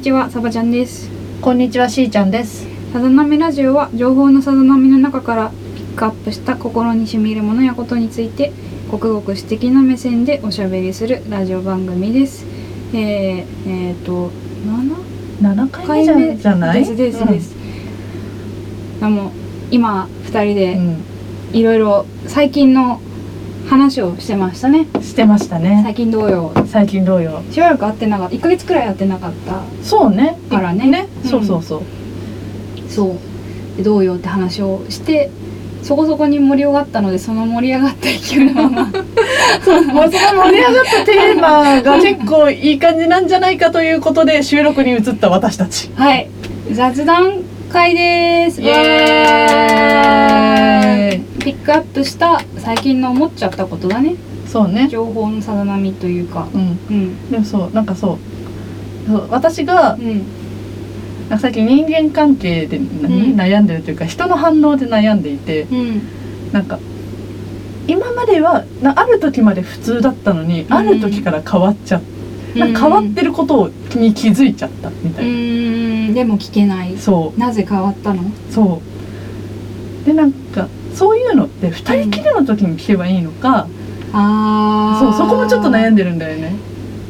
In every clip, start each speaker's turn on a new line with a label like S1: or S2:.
S1: ちは、サバちゃんです。
S2: こんにちは、しーちゃんです。
S1: さざ波ラジオは、情報のさざ波の中からピックアップした心に染み入るものやことについて、ごくごく私的な目線でおしゃべりするラジオ番組です。えー、えーと、7
S2: 7
S1: 回目
S2: じゃない
S1: ですですです。あの、今、二人
S2: う
S1: で
S2: ん
S1: いろいろ最近の話をしてましたね。
S2: うんしてましたね。
S1: 最近同様。
S2: 最近どうよ。
S1: しばらく会ってなかった。1ヶ月くらい会ってなかった。
S2: そうね。
S1: からねうん
S2: そうそうそう。
S1: そうでどうよって話をしてそこそこに盛り上がったのでその盛り上がった勢いの まま
S2: もうその盛り上がったテーマが結構いい感じなんじゃないかということで収録に移った私たち。
S1: はい雑談会です
S2: イエーイ
S1: わーピックアップした最近の思っちゃったことだね
S2: そうね。
S1: 情報のさざ波というか
S2: うん。
S1: うん
S2: でもそう、なんかそう。そう私が
S1: うん
S2: なんか最近人間関係で何
S1: うん
S2: 悩んでるというか人の反応で悩んでいて
S1: うん
S2: なんか今まではなある時まで普通だったのに、
S1: ん
S2: ある時から変わっちゃっなんか変わってることに気づいちゃったみた
S1: う
S2: いな、
S1: ーんでも聞けない
S2: そ
S1: なぜ変わったの
S2: うそうでなんかそういうのって二人きりの時に聞けばいいのか、
S1: あ
S2: そうそこもちょっと悩
S1: で
S2: んでるんだよね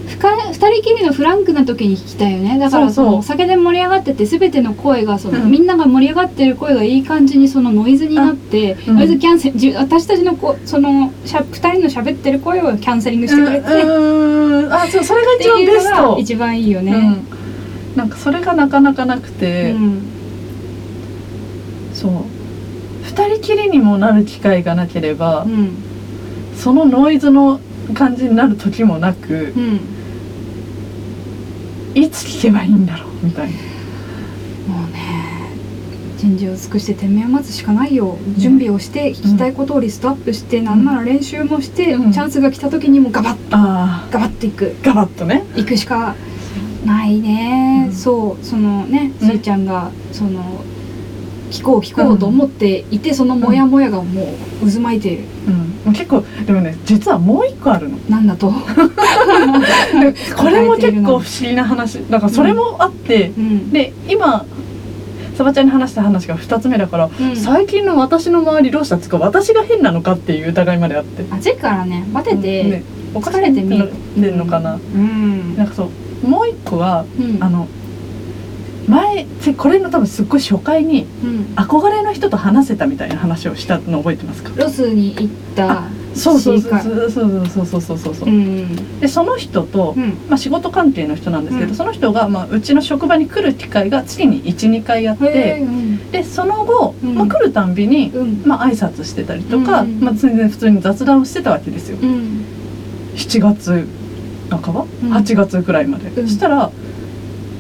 S1: ふか二人きりのフランクな時に聞きたいよねだから
S2: そ
S1: そ
S2: うそ
S1: うのお酒で盛り上がってて全ての声がその、
S2: うん
S1: みんなが盛り上がってる声がいい感じにそのノイズになって、
S2: うん
S1: ノイズキャンセルじ私たちのこそのしゃ2人の喋ってる声をキャンセリングしてくれて、っ
S2: うんうんあそうそれが
S1: て
S2: 一番
S1: い
S2: ベ
S1: う
S2: ス
S1: のが
S2: ト、
S1: 一番いいよ
S2: う
S1: ね。
S2: ん、なんかそれがなかなかなく
S1: うん
S2: て、そう二人きりにもなる機会がなければ、
S1: うん
S2: そのノイズの感じになる時もなく
S1: う、ん
S2: いつ聞けばいいんだろうみたいな
S1: もうね人事を尽くして天命を待つしかないよ、準備をして聞きたいことをリストアップして、なんなら練習もして、
S2: うん
S1: チャンスが来た時にもガバッ
S2: あ
S1: ガバッていく
S2: ーガバッとね
S1: 行くしかないね、
S2: うん
S1: そうそのねし
S2: うん
S1: ーちゃんがその聞こう聞こうと思っていて、そのモヤモヤがもう渦巻いている、
S2: うん、結構でもね実はもう一個あるの
S1: なんだと、
S2: これも結構不思議な話だからそれもあって、
S1: うん
S2: で今サバちゃんに話した話が2つ目だから、
S1: うん
S2: 最近の私の周りどうしたっつうか私が変なのかっていう疑いまであって
S1: 暑いからねバテて、
S2: ねおかし
S1: 疲れてみる
S2: 出るのかな、
S1: うん
S2: なんかそうもう一個は
S1: うん
S2: あの前つこれの多分すっごい初回に
S1: うん
S2: 憧れの人と話せたみたいな話をしたの覚えてますか
S1: ロスに行った
S2: そうそうそうそうそうそうそうそうそううんでその人と
S1: う、ん
S2: まあ、仕事関係の人なんですけど、
S1: うん
S2: その人が、まあ、うちの職場に来る機会が月に12回あっ
S1: へえ
S2: て
S1: うん
S2: でその後、
S1: うん
S2: まあ、来るたんびに、
S1: うん
S2: まあ挨拶してたりとか、
S1: うん
S2: まあ、全然普通に雑談をしてたわけですよ
S1: うん
S2: 7月半ば、
S1: ん
S2: 8月くらいまで、
S1: うん
S2: したら、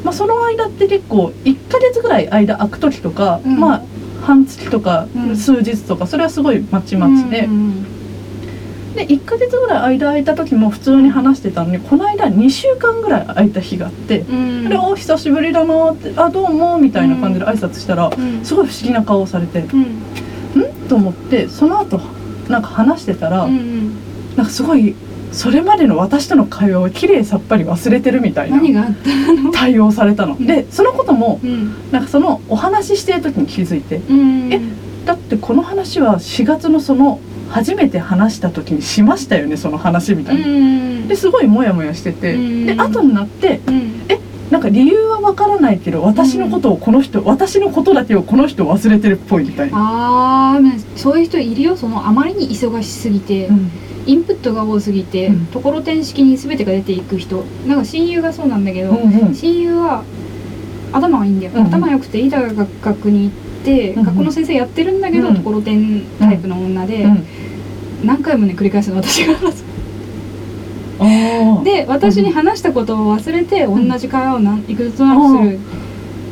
S2: まあ、その間って結構1ヶ月ぐらい間空く時とか、
S1: うん
S2: まあ半月とか
S1: うん
S2: 数日とかそれはすごいまちまちで、
S1: うん
S2: で1ヶ月ぐらい間空いた時も普通に話してたのにこの間2週間ぐらい空いた日があって
S1: うん
S2: 「でお久しぶりだな」って「あどうも」みたいな感じで挨拶したら
S1: うん
S2: すごい不思議な顔をされて
S1: うん
S2: 「と思ってその後なんか話してたら、
S1: うんうん
S2: なんかすごいそれまでの私との会話をきれいさっぱり忘れてるみたいな
S1: 何があった
S2: 対応されたの。
S1: ん
S2: でそのことも
S1: うん
S2: なんかそのお話ししてる時に気づいて
S1: うん
S2: えだってこの話は4月のその初めて話した時にしましたよねその話みた
S1: う
S2: いな。
S1: ん
S2: ですごいモヤモヤしてて、
S1: うん
S2: で後になって
S1: うん
S2: なんか理由はわからないけど私のことをこの人、私のことだけをこの人忘れてるっぽいみたいな、
S1: あーねそういう人いるよそのあまりに忙しすぎて、
S2: うん
S1: インプットが多すぎて、
S2: うん
S1: ところてん式に全てが出ていく人なんか親友がそうなんだけど、
S2: うんうん
S1: 親友は頭はいいんだよ、
S2: うんうん
S1: 頭良くていい大学学に行って、
S2: んうん
S1: 学校の先生やってるんだけど、
S2: うん
S1: ところてんタイプの女で、
S2: うん
S1: 何回もね繰り返すの私が
S2: あー
S1: で私に話したことを忘れて、
S2: ん
S1: 同じ会話を何いくつもする、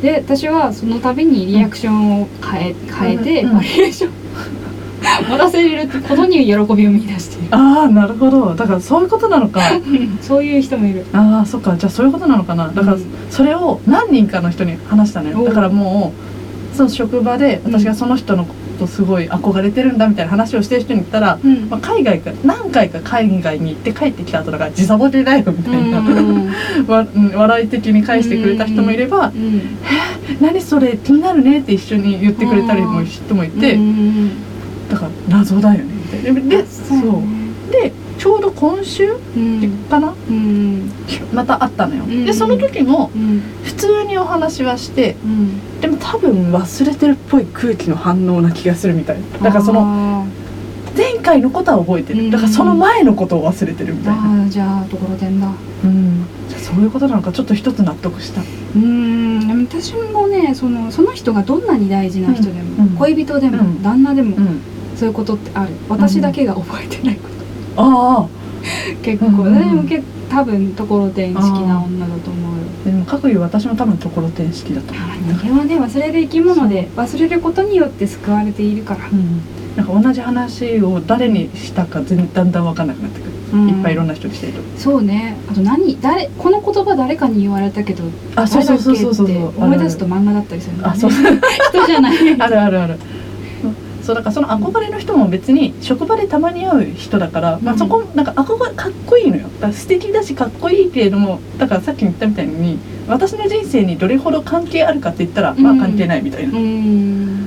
S1: で私はその度にリアクションを変え変えて、
S2: うん
S1: バリエーショ ン持たせれるってことに喜びを見出している
S2: あーなるほどだからそういうことなのか
S1: そういう人もいる
S2: ああそっかじゃあそういうことなのかなだから
S1: うん
S2: それを何人かの人に話したの
S1: お
S2: よだからもうその職場で私がその人のとすごい憧れてるんだみたいな話をしてる人に言ったら、
S1: うん
S2: まあ、海外から何回か海外に行って帰ってきた後だから時差ボケだよみたいな、
S1: うん
S2: わうん 笑い的に返してくれた人もいれば、
S1: うん
S2: 何それ気になるねって一緒に言ってくれたりも人もいて、
S1: うん
S2: だから謎だよねみたいなででそうでちょうど今週
S1: うん
S2: かな
S1: うん
S2: また会ったのよ、
S1: ん
S2: でその時も
S1: うん
S2: 普通にお話はして
S1: うん
S2: でも多分忘れてるっぽい空気の反応な気がするみたいなだからその
S1: あ
S2: 前回のことは覚えて
S1: う
S2: る
S1: ん
S2: だからその前のことを忘れてるみ
S1: ー
S2: たいな、
S1: あーじゃあところてんだ
S2: うん、じゃあそういうことなのかちょっと一つ納得した
S1: うんでも私もねそのその人がどんなに大事な人でも、
S2: うんうん
S1: 恋人でも、
S2: うん
S1: 旦那でも、
S2: ん
S1: そういうことってある私だけが覚えてないこと、
S2: ああ
S1: 結
S2: うん
S1: 構、
S2: うんうん
S1: 私も結構多分ところてん好きな女だと思うよ
S2: でもかくいう私も多分ところてん式だと思う
S1: 人間はね忘れる生き物で忘れることによって救われているから、
S2: うん、なんか同じ話を誰にしたか全だんだん分かんなくなってくる、いっぱいいろんな人にしている
S1: そうねあと何誰この言葉誰かに言われたけど
S2: あそうそうそうそうそう
S1: 誰だっけって思い出すと漫画だったりするんだよ
S2: あ
S1: ね
S2: そう
S1: 人じゃ ない
S2: あるあるあるそうだからその憧れの人も別に職場でたまに会う人だから、ま
S1: う
S2: あ、
S1: ん
S2: そこなんか憧れかっこいいのよだから素敵だしかっこいいけれどもだからさっき言ったみたいに私の人生にどれほど関係あるかって言ったら、まあ
S1: うん
S2: 関係ないみたいうなん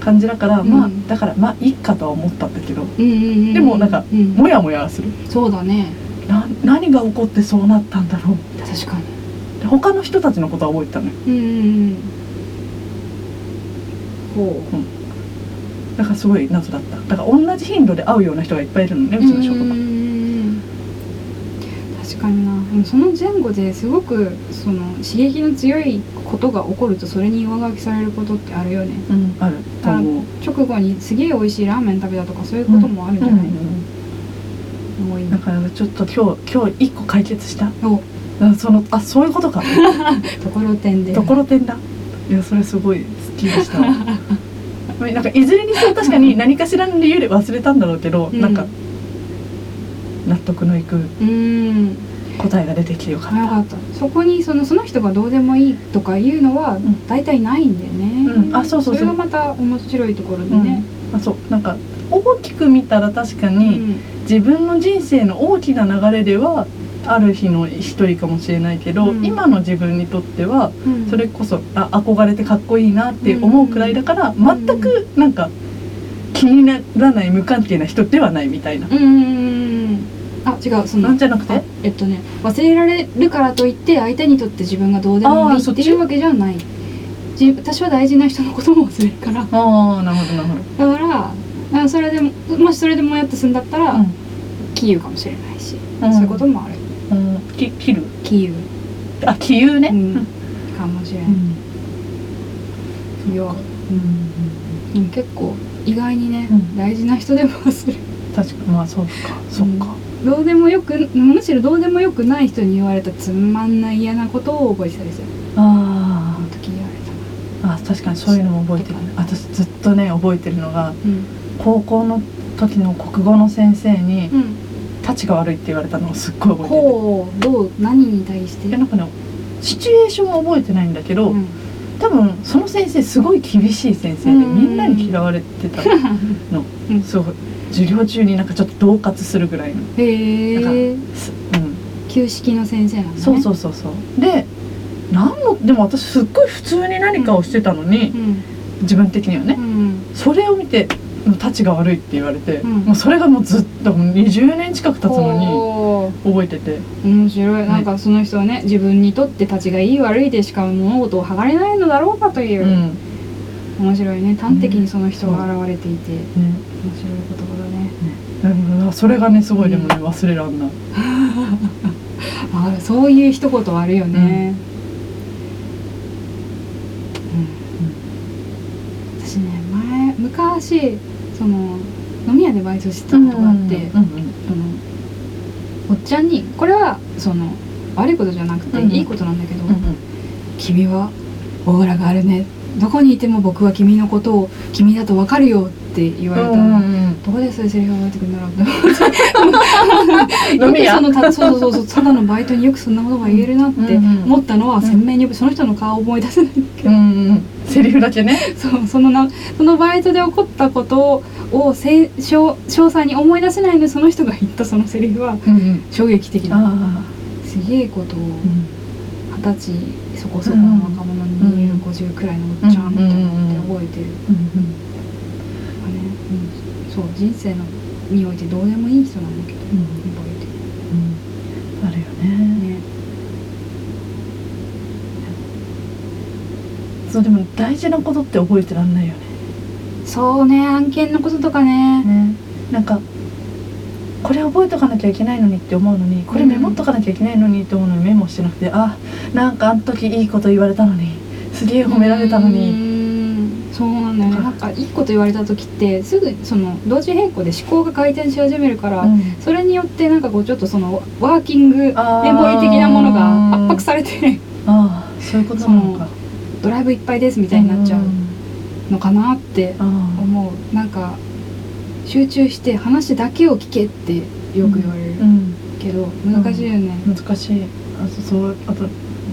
S2: 感じだから、ま
S1: う
S2: あ
S1: ん
S2: だからまあいいかとは思ったんだけど
S1: うんうんう
S2: でもなんか
S1: う
S2: もやもやする
S1: そうだね
S2: な何が起こってそうなったんだろう
S1: 確かに
S2: で他の人たちのことは覚えてたのよ
S1: うんうんほ
S2: だからすごい謎だっただから同じ頻度で会うような人がいっぱいいるのね
S1: う
S2: うちの職場
S1: うん確かになでもその前後ですごくその刺激の強いことが起こるとそれに上書きされることってあるよね
S2: うんあると
S1: あ
S2: 思う
S1: 直後にすげえ美味しいラーメン食べたとかそういうこともあるんじゃない、多い
S2: だ
S1: な
S2: からちょっと今日今日一個解決した
S1: お
S2: うんそのあそういうことか
S1: ところてんで
S2: ところてんだいやそれすごい好きで したなんかいずれにせよ確かに何かしらの理由で忘れたんだろうけど、
S1: うん
S2: なんか納得のいく
S1: うん
S2: 答えが出てきてよかった
S1: よかったそこにそのその人がどうでもいいとかいうのは
S2: ん
S1: 大体ないんだよね、
S2: うんあそうそうそう
S1: れがまた面白いところで
S2: うん
S1: ね、
S2: あそうなんか大きく見たら確か
S1: う
S2: に、
S1: ん
S2: 自分の人生の大きな流れではある日の一人かもしれないけど、
S1: うん
S2: 今の自分にとっては
S1: うん
S2: それこそあ憧れてかっこいいなって思うくらいだから、全くなんか気にならない無関係な人ではないみたいな、
S1: うーんあ違うその
S2: なんじゃなくて
S1: あえっとね忘れられるからといって相手にとって自分がどうでもい
S2: あ
S1: い
S2: ー
S1: っ
S2: そってち
S1: いうわけじゃないじ私は大事な人のことも忘れるからだ
S2: ああなるほどなるほど、
S1: からあそれでももしそれでもやって済んだったら、
S2: うん
S1: 杞憂かもしれないし、
S2: うん
S1: そういうこともある
S2: うん、き切る
S1: 杞憂、
S2: あ杞憂ね、
S1: うん、かもしれ
S2: う
S1: ない、
S2: ん
S1: いや
S2: うん
S1: でも結構意外にね、
S2: うん
S1: 大事な人でも忘れる
S2: 確かまあそうかそっか、
S1: どうでもよくむしろどうでもよくない人に言われたつまんない嫌なことを覚えてたりするあ
S2: あ
S1: の時言われたな
S2: ーあ確かにそういうのも覚えてるね私ずっとね覚えてるのが
S1: うん
S2: 高校の時の国語の先生に
S1: うん
S2: 「たちが悪い」って言われたのをすっごい覚えてる
S1: こうどう何に対して
S2: でなんかねシチュエーションは覚えてないんだけど、
S1: うん
S2: 多分その先生すごい厳しい先生で
S1: うん
S2: みんなに嫌われてたの
S1: うん
S2: すごい授業中になんかちょっと恫喝するぐらいの、
S1: へえ
S2: すう
S1: 旧式の先生なの
S2: ん、
S1: ね
S2: そうそうそうそうで何のでも私すっごい普通に何かをしてたのに、
S1: うん
S2: 自分的にはね
S1: うん
S2: それを見て「もうたちが悪い」って言われて、
S1: うん
S2: もうそれがもうずっともう20年近く経つのに
S1: こ
S2: 覚えてて。
S1: う面白いなんかその人はね自分にとって立ちがいい悪いでしか物事を剥がれないのだろうかという、
S2: うん
S1: 面白いね端的にその人が現れていて、面
S2: ね
S1: 白い言葉だね
S2: うん、それがねすごいでもね、
S1: う
S2: 忘れらんない
S1: あそういう一言あるよね、うん私ね前昔その飲み屋でバイトしてたことがあって、
S2: うんうん
S1: そのおっちゃんにこれはその悪いことじゃなくて
S2: うん
S1: いいことなんだけど「
S2: うんうん
S1: 君はオーラがあるねどこにいても僕は君のことを君だと分かるよ」っって言われたら、
S2: 飲
S1: どこでそういうセリフ覚えてくるんだろうと思ってよ
S2: み
S1: く
S2: 屋
S1: そのたそうそうそうただのバイトによくそんなことが言えるなって思ったのは
S2: うん
S1: 鮮明に覚えてその人の顔を思い出せない
S2: うんうんセリフだけね
S1: そうそのなそのバイトで起こったことをせ詳詳細に思い出せないのにその人が言ったそのセリフは
S2: うんうん
S1: 衝撃的な
S2: あ
S1: すげえことを
S2: あうん
S1: 二十歳そこそこの若者に
S2: うん
S1: 50くらいのおっちゃんみたいなのって覚えてる
S2: うん
S1: とかね、そう人生のにおいてどうでもいい人なんだけど
S2: うん
S1: 覚えてる
S2: うんあるよね
S1: ね
S2: そうでも大事なことって覚えてらんないよね
S1: そうね案件のこととかね
S2: ねなんかこれ覚えとかなきゃいけないのにって思うのにこれメモっとかなきゃいけないのにって思うのにメモしてなくて、あなんかあの時いいこと言われたのにすげえ褒められたの
S1: う
S2: に
S1: ーんそうなんだよねなんか一個と言われた時ってすぐその同時並行で思考が回転し始めるから、
S2: うん
S1: それによってなんかこうちょっとそのワーキングメ
S2: あー
S1: モリ的なものが圧迫されて
S2: ああそういうことなのか
S1: ドライブいっぱいですみたいになっちゃうんのかなって
S2: あ
S1: 思うなんか集中して話だけを聞けってよく言われる
S2: あうん
S1: けど、難しいよね、
S2: 難しいあとそうあと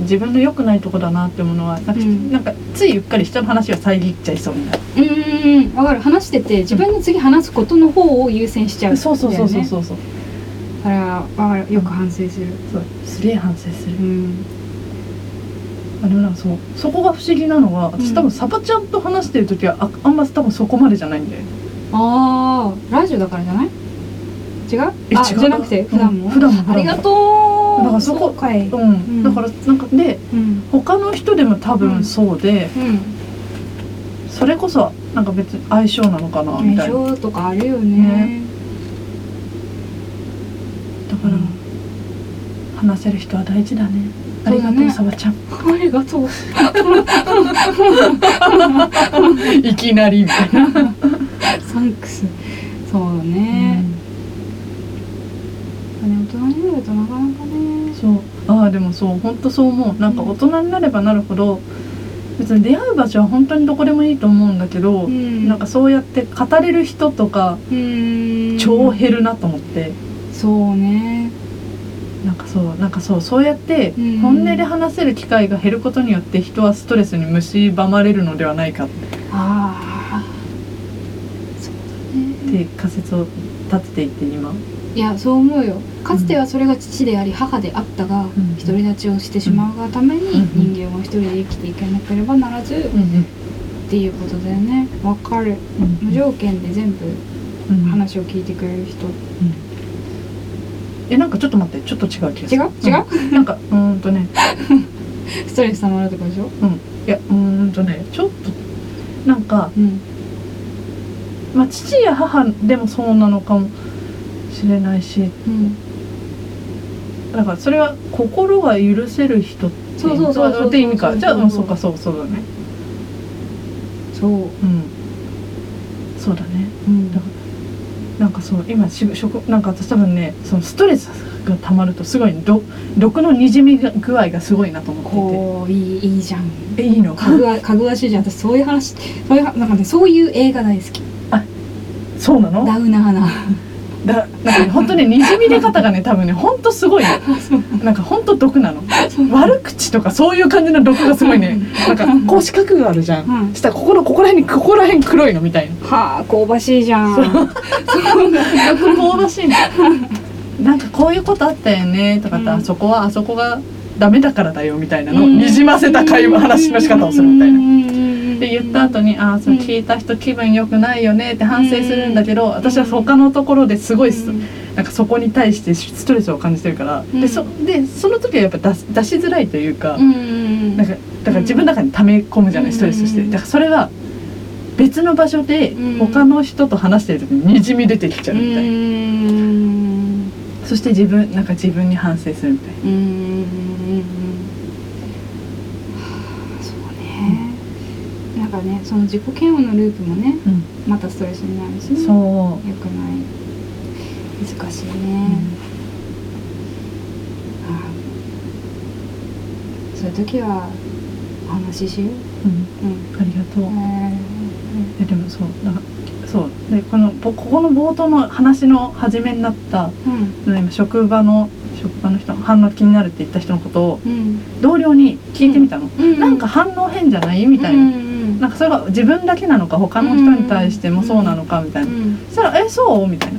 S2: 自分の良くないとこだなって思うのはなんか,、
S1: うん
S2: なんかついうっかり人の話を遮っちゃいそうになる、
S1: うん、うんうんわかる話してて自分の次話すことの方を優先しちゃう、
S2: そうそうそうそう
S1: う
S2: そうそう
S1: だよねだからわかるよく反省する
S2: そうすげえ反省する
S1: うん
S2: あでもなんかそうそこが不思議なのは私多分サバちゃんと話してる時はああんま多分そこまでじゃないんだよね
S1: ああラジオだからじゃない違う
S2: え
S1: あ
S2: 違う
S1: じゃなくて普段も、
S2: うん普段も普段も
S1: ありがとう
S2: だからそこ
S1: うかい、
S2: うん、
S1: ん
S2: だからなんかで
S1: うん
S2: 他の人でも多分そうで、
S1: うん
S2: それこそなんか別に相性なのかなみた
S1: 相
S2: いな
S1: 性とかあるよね
S2: だから、
S1: うん
S2: 話せる人は大事だねあ
S1: そ
S2: り
S1: うだ
S2: が
S1: ね
S2: とうサバちゃん
S1: ありがとう
S2: いきなりみたいな、
S1: サンクスそうね、ね大人になるとなかなかね
S2: そうああでもそう本当そう思うなんか大人になればなるほど別に出会う場所は本当にどこでもいいと思うんだけど、
S1: ん
S2: なんかそうやって語れる人とか
S1: うん
S2: 超減るなと思って、
S1: そうね
S2: なんかそうなんかそうそうやって
S1: うん
S2: 本音で話せる機会が減ることによって人はストレスに蝕まれるのではないかっ
S1: ああそうだね
S2: て仮説を立てていて今
S1: いやそう思うよかつてはそれが父であり母であったが、
S2: ん
S1: 独り立ちをしてしまうがために
S2: うん
S1: 人間は一人で生きていけなければならずっ
S2: うん
S1: ていうことだよねわかる
S2: うん
S1: 無条件で全部
S2: うん
S1: 話を聞いてくれる人
S2: えなんかちょっと待ってちょっと違う気がす
S1: 違
S2: る
S1: う違
S2: うんなんかうーんとね
S1: ストレス溜まるとかでしょ
S2: いやうーんとねちょっとなんか、
S1: うん
S2: まあ、父や母でもそうなのかもしれないし
S1: うん
S2: だからそれは心が許せる人って
S1: そうそうそうそう
S2: って意味かじゃあうんそうか
S1: そ
S2: そうそうだね
S1: う
S2: うんそうだね
S1: うん
S2: だなんかそう今し職なんか私多分ねそのストレスが溜まるとすごいど毒のにじみ具合がすごいなと思っ
S1: こういいいいじゃん
S2: ていてえいいの
S1: かぐわ かぐわしいじゃん私そういう話そういうはなんかねそういう映画大好き
S2: そうなの
S1: ダウナーな
S2: だなんかね本当ねにじみ出方がね多分ね本当すごいよなんか本当毒なの悪口とかそういう感じの毒がすごいねなんかこう四角があるじゃん、
S1: うん
S2: したらここのここら辺にここら辺黒いのみたいな
S1: はあ香ばしいじゃん
S2: 毒香ばしいの なんかこういうことあったよねとかって、
S1: うん
S2: あそこはあそこがダメだからだよみたいなのを
S1: うん
S2: にじませた会話話の仕方をするみたいな。
S1: な
S2: で言った後に「ああそれ聞いた人気分良くないよね」って反省するんだけど私は他のところですごいすなんかそこに対してストレスを感じてるから、
S1: うん
S2: でそでその時はやっぱ出し出しづらいというか,、
S1: うん
S2: なんかだから自分の中に溜め込むじゃない、
S1: うん
S2: ストレスとして
S1: うん
S2: だからそれは別の場所で
S1: うん
S2: 他の人と話してる時ににじみ出てきちゃうみた
S1: う
S2: いな、
S1: ん
S2: そして自分なんか自分に反省するみたいな
S1: うんうんうんそうねなんかねその自己嫌悪のループもね、
S2: うん
S1: またストレスになるし、ね、よく
S2: そ
S1: ない難しいね、
S2: う、
S1: はいそういう時はお話ししよう。
S2: うん
S1: うん。
S2: ありがとう、
S1: うん
S2: えでもそうなんかそうでこのぼここの冒頭の話の始めになった
S1: うん
S2: 今職場の職場の人の反応気になるって言った人のことを
S1: うん
S2: 同僚に聞いてみたの、
S1: うん
S2: なんか反応変じゃないみたいな、
S1: うんうん
S2: なんかそれが自分だけなのか他の人に対してもそうなのかみたいな、そしたら「えそう?」みたい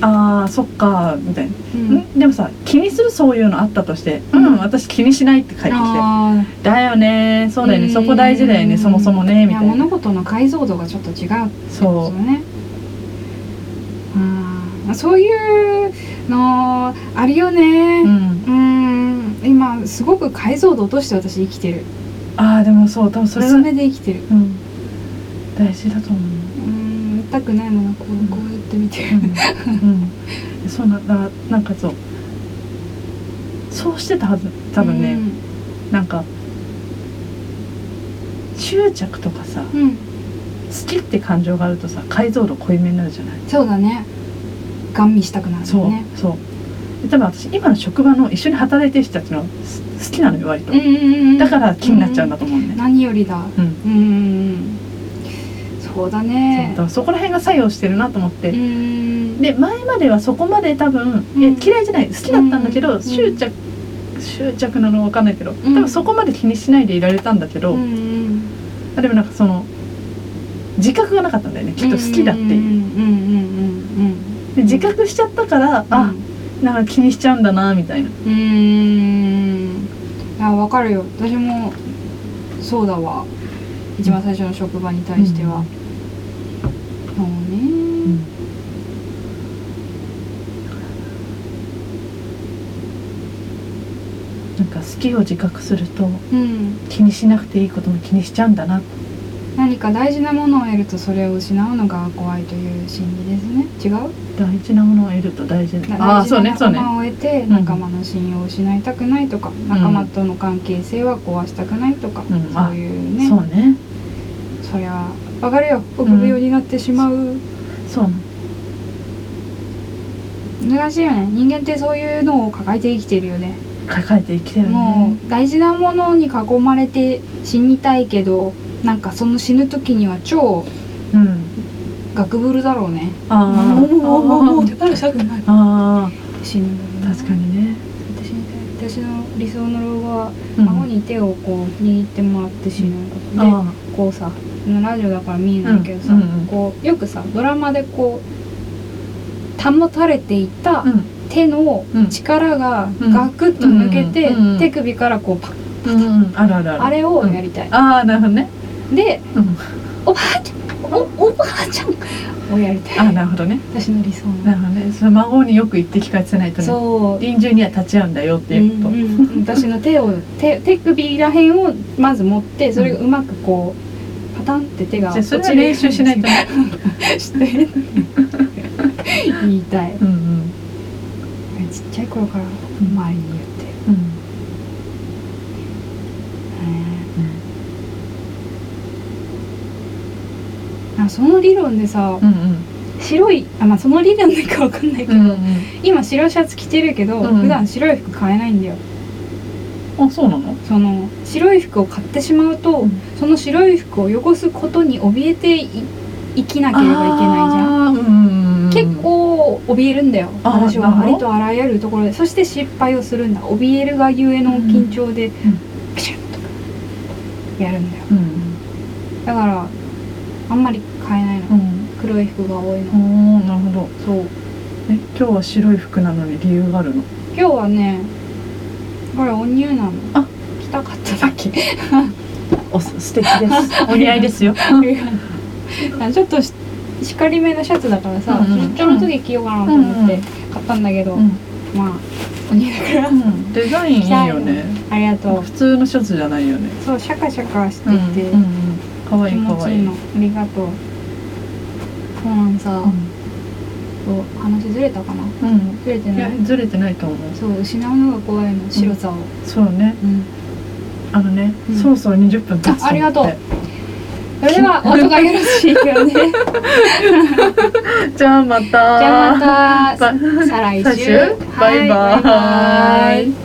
S2: な「あーそっか」みたいな、
S1: うんうん
S2: ん、でもさ気にするそういうのあったとして「うん、
S1: うん
S2: 私気にしない」って返ってきて
S1: あー
S2: 「だよねそうだよねそこ大事だよね
S1: うん
S2: そもそもね」
S1: い
S2: み
S1: や
S2: たいな
S1: 物事の解像度がちょっと違うってことですよ
S2: そ
S1: ねうんそういうのあるよね
S2: う、うん、
S1: うん今すごく解像度落として私生きてる
S2: あーでもそう多分そ
S1: そ
S2: れ
S1: れ
S2: が、
S1: で生きてる
S2: うん、大事だと思う。
S1: うん痛くないものこうこうやって見てる、
S2: うん、そうなんだなんかそうそうしてたはず多分ね、なんか執着とかさ
S1: うん、うん
S2: 好きって感情があるとさ解像度濃いめになるじゃない
S1: そうだねガン見したくなる
S2: そう、
S1: よね
S2: そうで多分私今の職場の一緒に働いてる人たちのす好きなのよ割と、
S1: うんうんうんうん
S2: だから気になっちゃうんだと思うね、
S1: 何よりだ
S2: うん
S1: うんうんうんそうだ
S2: そうだ
S1: ね
S2: からそこら辺が作用してるなと思って、
S1: うん
S2: で前まではそこまで多分、え
S1: うん
S2: 嫌いじゃない好きだったんだけど、
S1: うん
S2: 執着執着なのか分かんないけど、
S1: ん
S2: 多分そこまで気にしないでいられたんだけど、
S1: うんうん
S2: あでもなんかその自覚がなかったんだよねきっと好きだっていう,、
S1: うんうん
S2: で自覚しちゃったから、
S1: うんうんうんうん
S2: あなんか気にしちゃうんだなみたいな
S1: うーんあ分かるよ私もそうだわ一番最初の職場に対しては、そう
S2: う
S1: ね
S2: んなんか好きを自覚すると
S1: うん
S2: 気にしなくていいことも気にしちゃうんだな
S1: 何か大事なものを得るとそれを失うのが怖いという心理ですね違う
S2: 大事なものを得ると大事
S1: だ
S2: なああ
S1: 大事
S2: そう
S1: な
S2: ねそ
S1: 仲
S2: うね
S1: 間を得て
S2: ん
S1: 仲間の信用を失いたくないとか、仲間との関係性は壊したくないとか、
S2: うん
S1: そういうね
S2: そうね
S1: そりゃ分かるよ臆病になってしまう、
S2: そう
S1: 難しいよね人間ってそういうのを抱えて生きてるよね
S2: 抱えて生きてる
S1: も
S2: ね
S1: う大事なものに囲まれて死にたいけどなんかその死ぬ時には超
S2: うん
S1: ガクブルだろうね
S2: あ
S1: もうもうもうもうもう
S2: ー
S1: 手放したくない
S2: あ
S1: 死ぬんだよ
S2: ー
S1: ね
S2: 確かにね
S1: 私に対私の理想の老後は
S2: うん
S1: 孫に手をこう握ってもらって死ぬことで、
S2: あ
S1: こうさラジオだから見えないけどさ、
S2: うんうんうん
S1: こうよくさドラマでこう保たれていた、
S2: ーうん
S1: 手の
S2: うん
S1: 力がガクッと抜けて、
S2: うんうん
S1: 手首からこうパッ
S2: うんうんあるあるある
S1: あれをやりたい、
S2: ああなるほどね
S1: で
S2: うん
S1: おばあちゃんおおばあちゃんをやりた
S2: あ
S1: い
S2: ーなるほどね
S1: 私の理想
S2: な
S1: の
S2: るほどねその孫によく言って聞かせないとね
S1: そう、
S2: 臨終には立ち会うんだよって
S1: う
S2: いうこと、
S1: んうん、私の手を手手首らへんをまず持ってそれがうまくこうパタンって手が
S2: じゃ
S1: 落
S2: あそれは
S1: ちる
S2: 練習しないとね
S1: して言いたい
S2: うんうん
S1: ちっちゃい頃から周りに言ってるね
S2: うん
S1: あその理論でさ
S2: うんうん
S1: 白いあまあその理論でかわかんないけ
S2: う
S1: ど、
S2: んうん
S1: 今白シャツ着てるけど、
S2: うん
S1: 普段白い服買えないんだよ
S2: あそうなの
S1: その白い服を買ってしまうと、
S2: うん
S1: その白い服を汚すことに怯えてい生きなければいけないじゃん
S2: あーうん
S1: 結構怯えるんだよ
S2: あー
S1: 私は
S2: な
S1: あ
S2: る
S1: り
S2: ほど
S1: とあらゆるところでそして失敗をするんだ怯えるがゆえの緊張で、
S2: ん
S1: ピシャッとかやるんだよ
S2: うん
S1: だからあんまり買えないの、
S2: うん
S1: 黒い服が多いの、
S2: おーなるほど
S1: そう
S2: え今日は白い服なのに理由があるの
S1: 今日はねこれお乳なの
S2: あ
S1: 着たかっただけ
S2: おす素敵です お似合いですよ
S1: あ ちょっとし光り目のシャツだからさ、
S2: うんうん
S1: 出張の時着ようかなと思って買ったんだけど、
S2: うん
S1: まあお似合いだから
S2: うんデザインいいよね
S1: ありが
S2: なんか
S1: と
S2: 普通のシャツじゃないよね
S1: うそうシャカシャカし
S2: うんうん
S1: てて、
S2: うんかわい
S1: 気
S2: いか
S1: 持
S2: わ
S1: ちい
S2: い
S1: い
S2: い
S1: のありがとうそうなんさ、
S2: う
S1: そう話ずれたかなん
S2: うん
S1: ずれて
S2: い
S1: な
S2: や
S1: い
S2: ずれてないと思う
S1: そう失うのが怖いの白さを、
S2: そうね
S1: うん
S2: あのね、
S1: うん
S2: そろそろ20分経つ
S1: あありがとう
S2: 思っ
S1: それで は音がよろしいよねじ
S2: て じゃあまた
S1: ゃあまた
S2: バ
S1: 再
S2: イ
S1: 来
S2: 再来
S1: 週
S2: 週バイバー
S1: バ
S2: イ
S1: イバーイ